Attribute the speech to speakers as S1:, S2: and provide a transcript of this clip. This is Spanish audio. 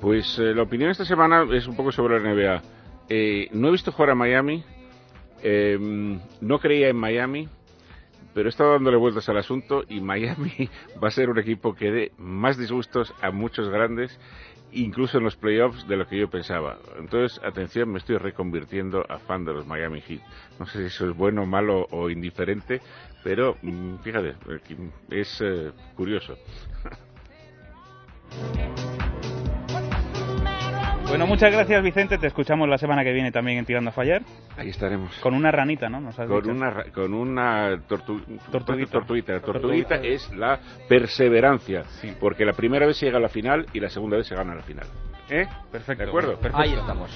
S1: Pues eh, la opinión esta semana es un poco sobre la NBA. Eh, no he visto jugar a Miami, eh, no creía en Miami, pero he estado dándole vueltas al asunto y Miami va a ser un equipo que dé más disgustos a muchos grandes, incluso en los playoffs, de lo que yo pensaba. Entonces, atención, me estoy reconvirtiendo a fan de los Miami Heat. No sé si eso es bueno, malo o indiferente, pero mm, fíjate, es eh, curioso.
S2: Bueno, muchas gracias Vicente, te escuchamos la semana que viene también en Tirando a Fallar.
S1: Ahí estaremos.
S2: Con una ranita, ¿no? Nos has
S1: con
S2: dicho.
S1: una ra- con una tortu-
S2: Tortuguita.
S1: tortuguita. La tortuguita
S2: Tortuguita.
S1: es la perseverancia,
S2: Sí.
S1: porque la primera vez se llega a la final y la segunda vez se gana la final. ¿Eh?
S2: Perfecto.
S1: ¿De acuerdo?
S2: Perfecto.
S3: Ahí estamos.